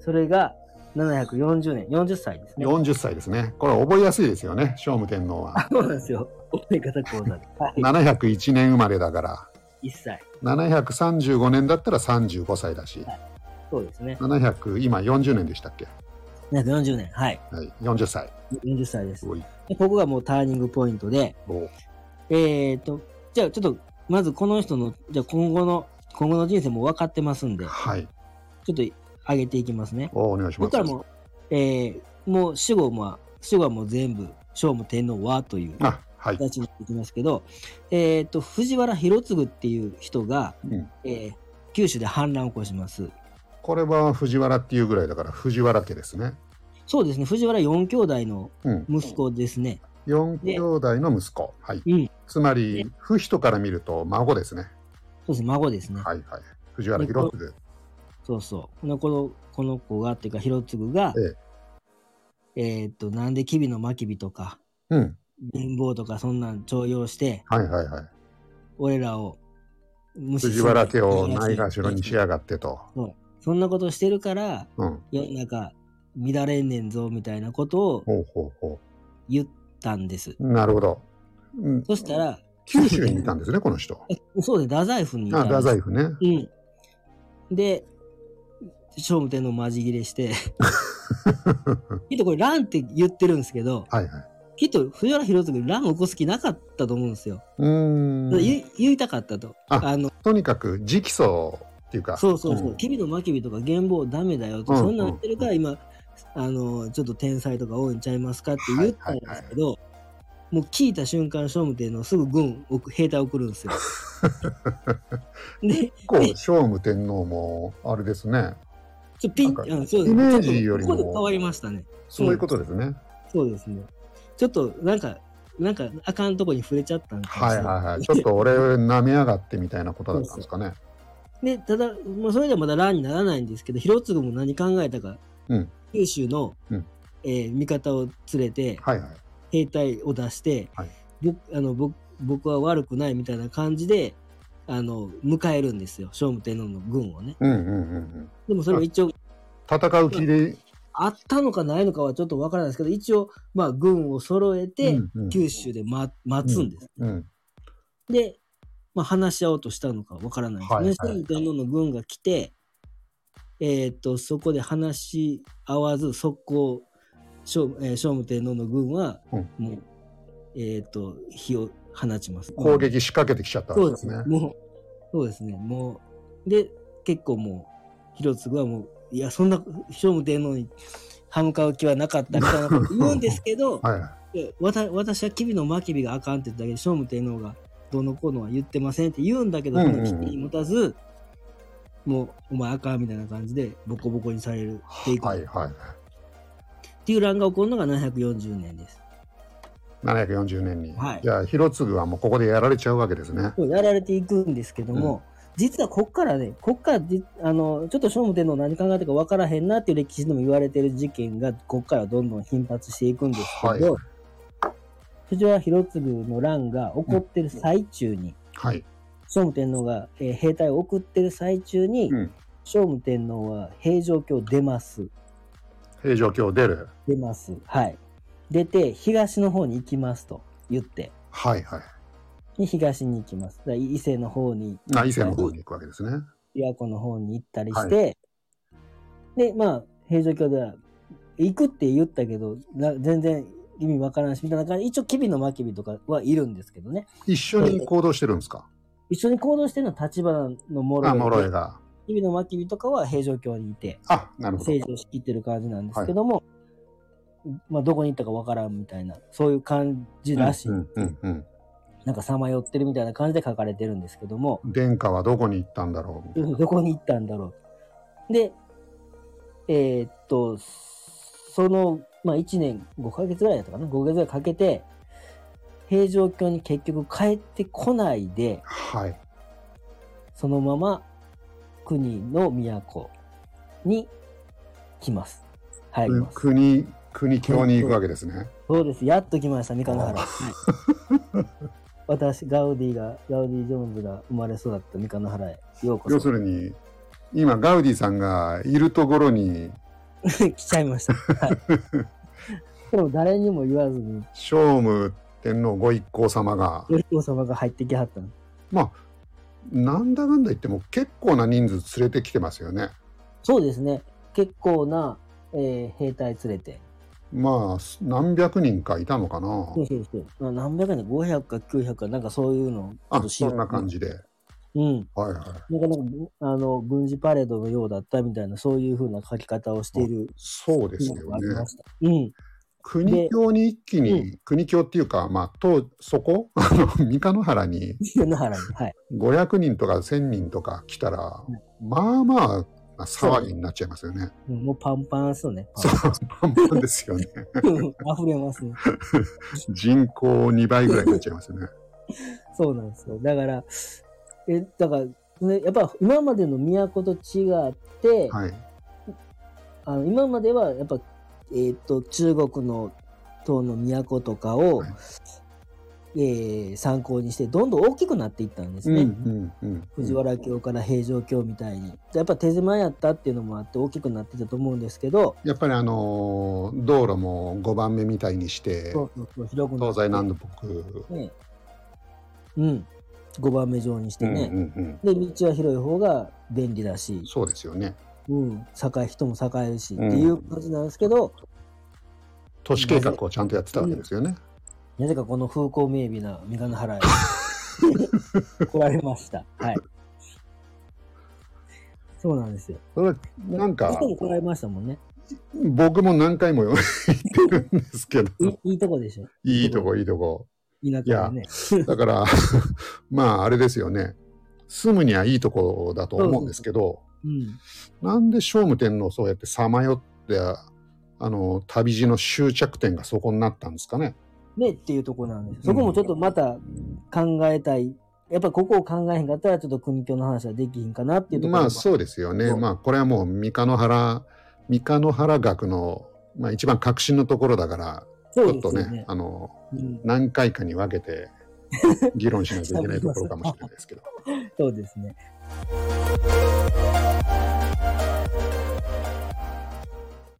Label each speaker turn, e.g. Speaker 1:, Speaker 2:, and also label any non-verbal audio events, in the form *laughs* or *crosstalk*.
Speaker 1: それが740年、40歳ですね。
Speaker 2: 40歳ですね。これ覚えやすいですよね、聖武天皇は。
Speaker 1: そうなんですよ。覚え方講座で。 *laughs* はい。
Speaker 2: 701年生まれだから、
Speaker 1: 1歳。
Speaker 2: 735年だったら35歳だし、
Speaker 1: そうですね。
Speaker 2: 700、今40年でしたっけ
Speaker 1: 740年。はい。
Speaker 2: はい、40歳。
Speaker 1: 40歳です
Speaker 2: す。ごい。
Speaker 1: でここがもうターニングポイントで、
Speaker 2: お
Speaker 1: えーと、じゃあちょっと、まずこの人の、じゃあ今後の、今後の人生も分かってますんで、
Speaker 2: はい。
Speaker 1: ちょっと上げていきますね。
Speaker 2: おお願いしま
Speaker 1: 僕
Speaker 2: す
Speaker 1: は。もう、えー、もう死後は、死後はもう全部、聖武天皇はという
Speaker 2: あ、はい。
Speaker 1: 形になってきますけど、えーと、藤原弘次っていう人が、
Speaker 2: うん
Speaker 1: えー九州で反乱を起こします。
Speaker 2: これは藤原っていうぐらいだから、藤原家ですね。
Speaker 1: そうですね、藤原四兄弟の
Speaker 2: うん。
Speaker 1: 息子ですね。
Speaker 2: 4兄弟の息子。はい。
Speaker 1: うん
Speaker 2: つまり、不人から見ると孫ですね。
Speaker 1: そうですね、孫ですね。
Speaker 2: はいはい。藤原広次。
Speaker 1: そうそう。この子この子がっていうか、広次が、えーっと、なんで吉備の真備とか、
Speaker 2: うん。
Speaker 1: 貧乏とかそんなん徴用して、
Speaker 2: はいはいはい。
Speaker 1: 俺らを無視す
Speaker 2: 藤
Speaker 1: る
Speaker 2: 原家をないがしろにしやがってと。
Speaker 1: そんなことしてるから、
Speaker 2: うん。
Speaker 1: 世の中乱れんねんぞみたいなことを
Speaker 2: ほうほうほ
Speaker 1: 言ったんです。
Speaker 2: う。なるほど。うん、
Speaker 1: そしたら、
Speaker 2: 九州にいた
Speaker 1: *laughs*
Speaker 2: んですね、この人。
Speaker 1: そうです、太宰府にい
Speaker 2: あ、
Speaker 1: たんです。
Speaker 2: 太宰府ね。 *laughs*
Speaker 1: うん。で、聖武天皇まじ切れして、 *laughs* きっとこれ乱って言ってるんですけど、
Speaker 2: はいはい。
Speaker 1: きっと藤原弘次乱を起こす気なかったと思うんですよ。
Speaker 2: うーん。
Speaker 1: 言い言いたかったと。
Speaker 2: あ
Speaker 1: あの
Speaker 2: とにかく直訴っていうか。
Speaker 1: そうそうそう、
Speaker 2: ん
Speaker 1: 君のまきびとか原棒ダメだよと、
Speaker 2: うん
Speaker 1: そんなん言ってるから今、あの、ちょっと天才とか多いんちゃいますかって言ったんですけど、もう聞いた瞬間、聖武天皇すぐ軍を、兵隊送るんです
Speaker 2: *laughs*
Speaker 1: よ。で、
Speaker 2: 結構、聖武天皇も、あれですね。
Speaker 1: ちょピン
Speaker 2: なんか
Speaker 1: あのそうです
Speaker 2: イメージより
Speaker 1: ちょ
Speaker 2: も
Speaker 1: っとここで変わりましたね。
Speaker 2: そういうことですね。
Speaker 1: そうですね。ちょっと、なんか、なんか、あかんとこに触れちゃったんかも
Speaker 2: は
Speaker 1: し
Speaker 2: い
Speaker 1: れない
Speaker 2: はいはい。ちょっと俺舐めやがってみたいなことだったんです
Speaker 1: *laughs*
Speaker 2: かね。
Speaker 1: で、ただ、まあ、それではまだ乱にならないんですけど、広次も何考えたか、
Speaker 2: うん
Speaker 1: 九州の、
Speaker 2: うん
Speaker 1: えー味方を連れて、
Speaker 2: はいはい。
Speaker 1: 兵隊を出して、
Speaker 2: はい
Speaker 1: 僕あの僕僕は悪くないみたいな感じであの迎えるんですよ聖武天皇の軍をね
Speaker 2: うんうんうんうん。
Speaker 1: でもそれは一応
Speaker 2: 戦う気で、
Speaker 1: あったのかないのかはちょっとわからないですけど一応まあ軍を揃えて
Speaker 2: うんうん
Speaker 1: 九州で待待つんです、
Speaker 2: うん、
Speaker 1: で、まあ、話し合おうとしたのかわからないですね、
Speaker 2: はいはい
Speaker 1: 聖武天皇の軍が来てえーっとそこで話し合わず速攻聖,、えー聖武天皇の軍は
Speaker 2: うん
Speaker 1: もう、えーっと火を放ちます
Speaker 2: 攻撃仕掛けてきちゃったわ
Speaker 1: そう
Speaker 2: け
Speaker 1: で
Speaker 2: ですす
Speaker 1: ね
Speaker 2: ね。。
Speaker 1: もう、そうですね。もう、で、結構もう、広次はもう、いや、そんな、聖武天皇に歯向かう気はなかったみたいなこと言うんですけど、
Speaker 2: はいはい。
Speaker 1: いやわた私は吉備の真備があかんって言っただけで、聖武天皇がどうのこうのは言ってませんって言うんだけど、
Speaker 2: うんうん
Speaker 1: その機に持たず、もう、お前あかんみたいな感じで、ボコボコにされるっていう、
Speaker 2: はいはい。
Speaker 1: っていう乱が起こるのが740年です。
Speaker 2: 740年に。
Speaker 1: はい
Speaker 2: じゃあ、広次はもうここでやられちゃうわけですね。
Speaker 1: こうやられていくんですけども、
Speaker 2: う
Speaker 1: 実はこっからね、こっからじあの、ちょっと聖武天皇何考えてるか分からへんなっていう歴史でも言われてる事件が、こっからどんどん頻発していくんですけど、
Speaker 2: は
Speaker 1: 藤原広次の乱が起こってる最中に、
Speaker 2: はい。
Speaker 1: 聖武天皇が、えー兵隊を送ってる最中に、
Speaker 2: うん
Speaker 1: 聖武天皇は平城京を出ます。
Speaker 2: 平城京出る。
Speaker 1: 出ます。はい。出て、東の方に行きますと言って、
Speaker 2: はいはい。
Speaker 1: で東に行きます。だから伊勢の方に
Speaker 2: あ、伊勢の方に行くわけですね。
Speaker 1: 琵琶湖の方に行ったりして、で、まあ、平城京では、行くって言ったけど、な全然意味わからんし、みたいな感じで、一応、吉備の真備とかはいるんですけどね。
Speaker 2: 一緒に行動してるんですか。
Speaker 1: 一緒に行動してるのは立花の諸
Speaker 2: あ、
Speaker 1: 江
Speaker 2: 諸
Speaker 1: で
Speaker 2: 江が。
Speaker 1: 吉備の真備とかは平城京にいて、
Speaker 2: あ、なるほど。
Speaker 1: 政治を仕切ってる感じなんですけども、まあ、どこに行ったかわからんみたいな、そういう感じらしい。
Speaker 2: うんうんうん
Speaker 1: なんかさまよってるみたいな感じで書かれてるんですけども、
Speaker 2: うん。殿下はどこに行ったんだろう。
Speaker 1: どこに行ったんだろう。で、えーっと、その、まあ、1年5ヶ月ぐらいだったかな、5ヶ月ぐらいかけて、平城京に結局帰ってこないで、
Speaker 2: はい。
Speaker 1: そのまま国の都に来ます。入ります。
Speaker 2: 国、国京に行くわけですね。
Speaker 1: そうです。やっと来ました、三河原。はい、 *laughs* 私、ガウディが、ガウディ・ジョーンズが生まれ育った三河原へようこそ。
Speaker 2: 要するに今ガウディさんがいるところに
Speaker 1: *laughs* 来ちゃいました。
Speaker 2: *laughs*
Speaker 1: はい。でも誰にも言わずに、
Speaker 2: 聖武天皇ご一行様が、
Speaker 1: 頼朝様が入ってきはったの。
Speaker 2: まあ、なんだかんだ言っても結構な人数連れてきてますよね。
Speaker 1: そうですね。結構な、えー兵隊連れて。
Speaker 2: まあ、す何百人かいたのかな
Speaker 1: そ。うそうそう。まあ何百年、500か900か、なんかそういうの
Speaker 2: あ、そんな感。じで。
Speaker 1: うん。
Speaker 2: はいはい。
Speaker 1: なかなか、あの、軍事パレードのようだったみたいな、そういうふうな書き方をしている
Speaker 2: そうですよ
Speaker 1: のがあり
Speaker 2: ね
Speaker 1: ま。した。うん。 *laughs*
Speaker 2: 国境に一気に、
Speaker 1: う
Speaker 2: 国境っていうか、まあ、とそこ、あの三河原に
Speaker 1: 野原に。はい。
Speaker 2: 500人とか1000人とか来たら、まあまあ騒ぎになっちゃいますよね。
Speaker 1: うんもうパンパンですよね。パン
Speaker 2: *laughs* そう、パンパンですよね。
Speaker 1: *laughs* 溢れますね。
Speaker 2: 人口2倍ぐらいになっちゃいますよね。
Speaker 1: *laughs* そうなんですよ。だから、え、だから、ね、やっぱ今までの都と違って、
Speaker 2: はい。
Speaker 1: あの今まではやっぱ、えー、と中国の唐の都とかを、
Speaker 2: はい
Speaker 1: えー参考にしてどんどん大きくなっていったんです
Speaker 2: うん
Speaker 1: ね。
Speaker 2: うんうん。
Speaker 1: 藤原京から平城京みたいに。やっぱ手狭やったっていうのもあって大きくなってたと思うんですけど、
Speaker 2: やっぱりあのー道路も5番目みたいにして、
Speaker 1: そうそうそう広くな
Speaker 2: 東
Speaker 1: って
Speaker 2: 西南北、
Speaker 1: ね。うん。5番目上にして
Speaker 2: うんうん
Speaker 1: ね。
Speaker 2: うん。
Speaker 1: で、道は広い方が便利だし、
Speaker 2: そうですよね。
Speaker 1: うん、栄え人も栄えるし、っていう感じなんですけど、
Speaker 2: 都市計画をちゃんとやってたわけですよね。
Speaker 1: なぜかこの風光明媚な三河原へ
Speaker 2: *laughs*
Speaker 1: 来られました。はい。そうなんですよ。
Speaker 2: それなんか
Speaker 1: いいとこ来られましたもんね。
Speaker 2: 僕も何回も *laughs* 言ってるんですけど、
Speaker 1: いいいとこでしょ。
Speaker 2: いいとこいいとこ。
Speaker 1: 田舎はね。
Speaker 2: だから、 *laughs* まああれですよね。住むにはいいとこだと思うんですけど、
Speaker 1: うん。
Speaker 2: なんで聖武天皇そうやってさまよって、あの、旅路の終着点がそこになったんですかね。
Speaker 1: ねっていうとこなんですよ。そこもちょっとまた考えたい。やっぱここを考えへんかったら、ちょっと国境の話はできひんかなっていうところ
Speaker 2: ま
Speaker 1: も
Speaker 2: あそうですよね。
Speaker 1: そう
Speaker 2: まあこれはもう三河原、三河原学の、まあ一番革新のところだから、ち
Speaker 1: そ
Speaker 2: ょ
Speaker 1: う
Speaker 2: っ
Speaker 1: で
Speaker 2: と
Speaker 1: す
Speaker 2: ね、
Speaker 1: よね。
Speaker 2: あの、
Speaker 1: うん
Speaker 2: 何回かに分
Speaker 1: *laughs*
Speaker 2: けて議論しなきゃいけないところかもしれないですけど。
Speaker 1: そうですね。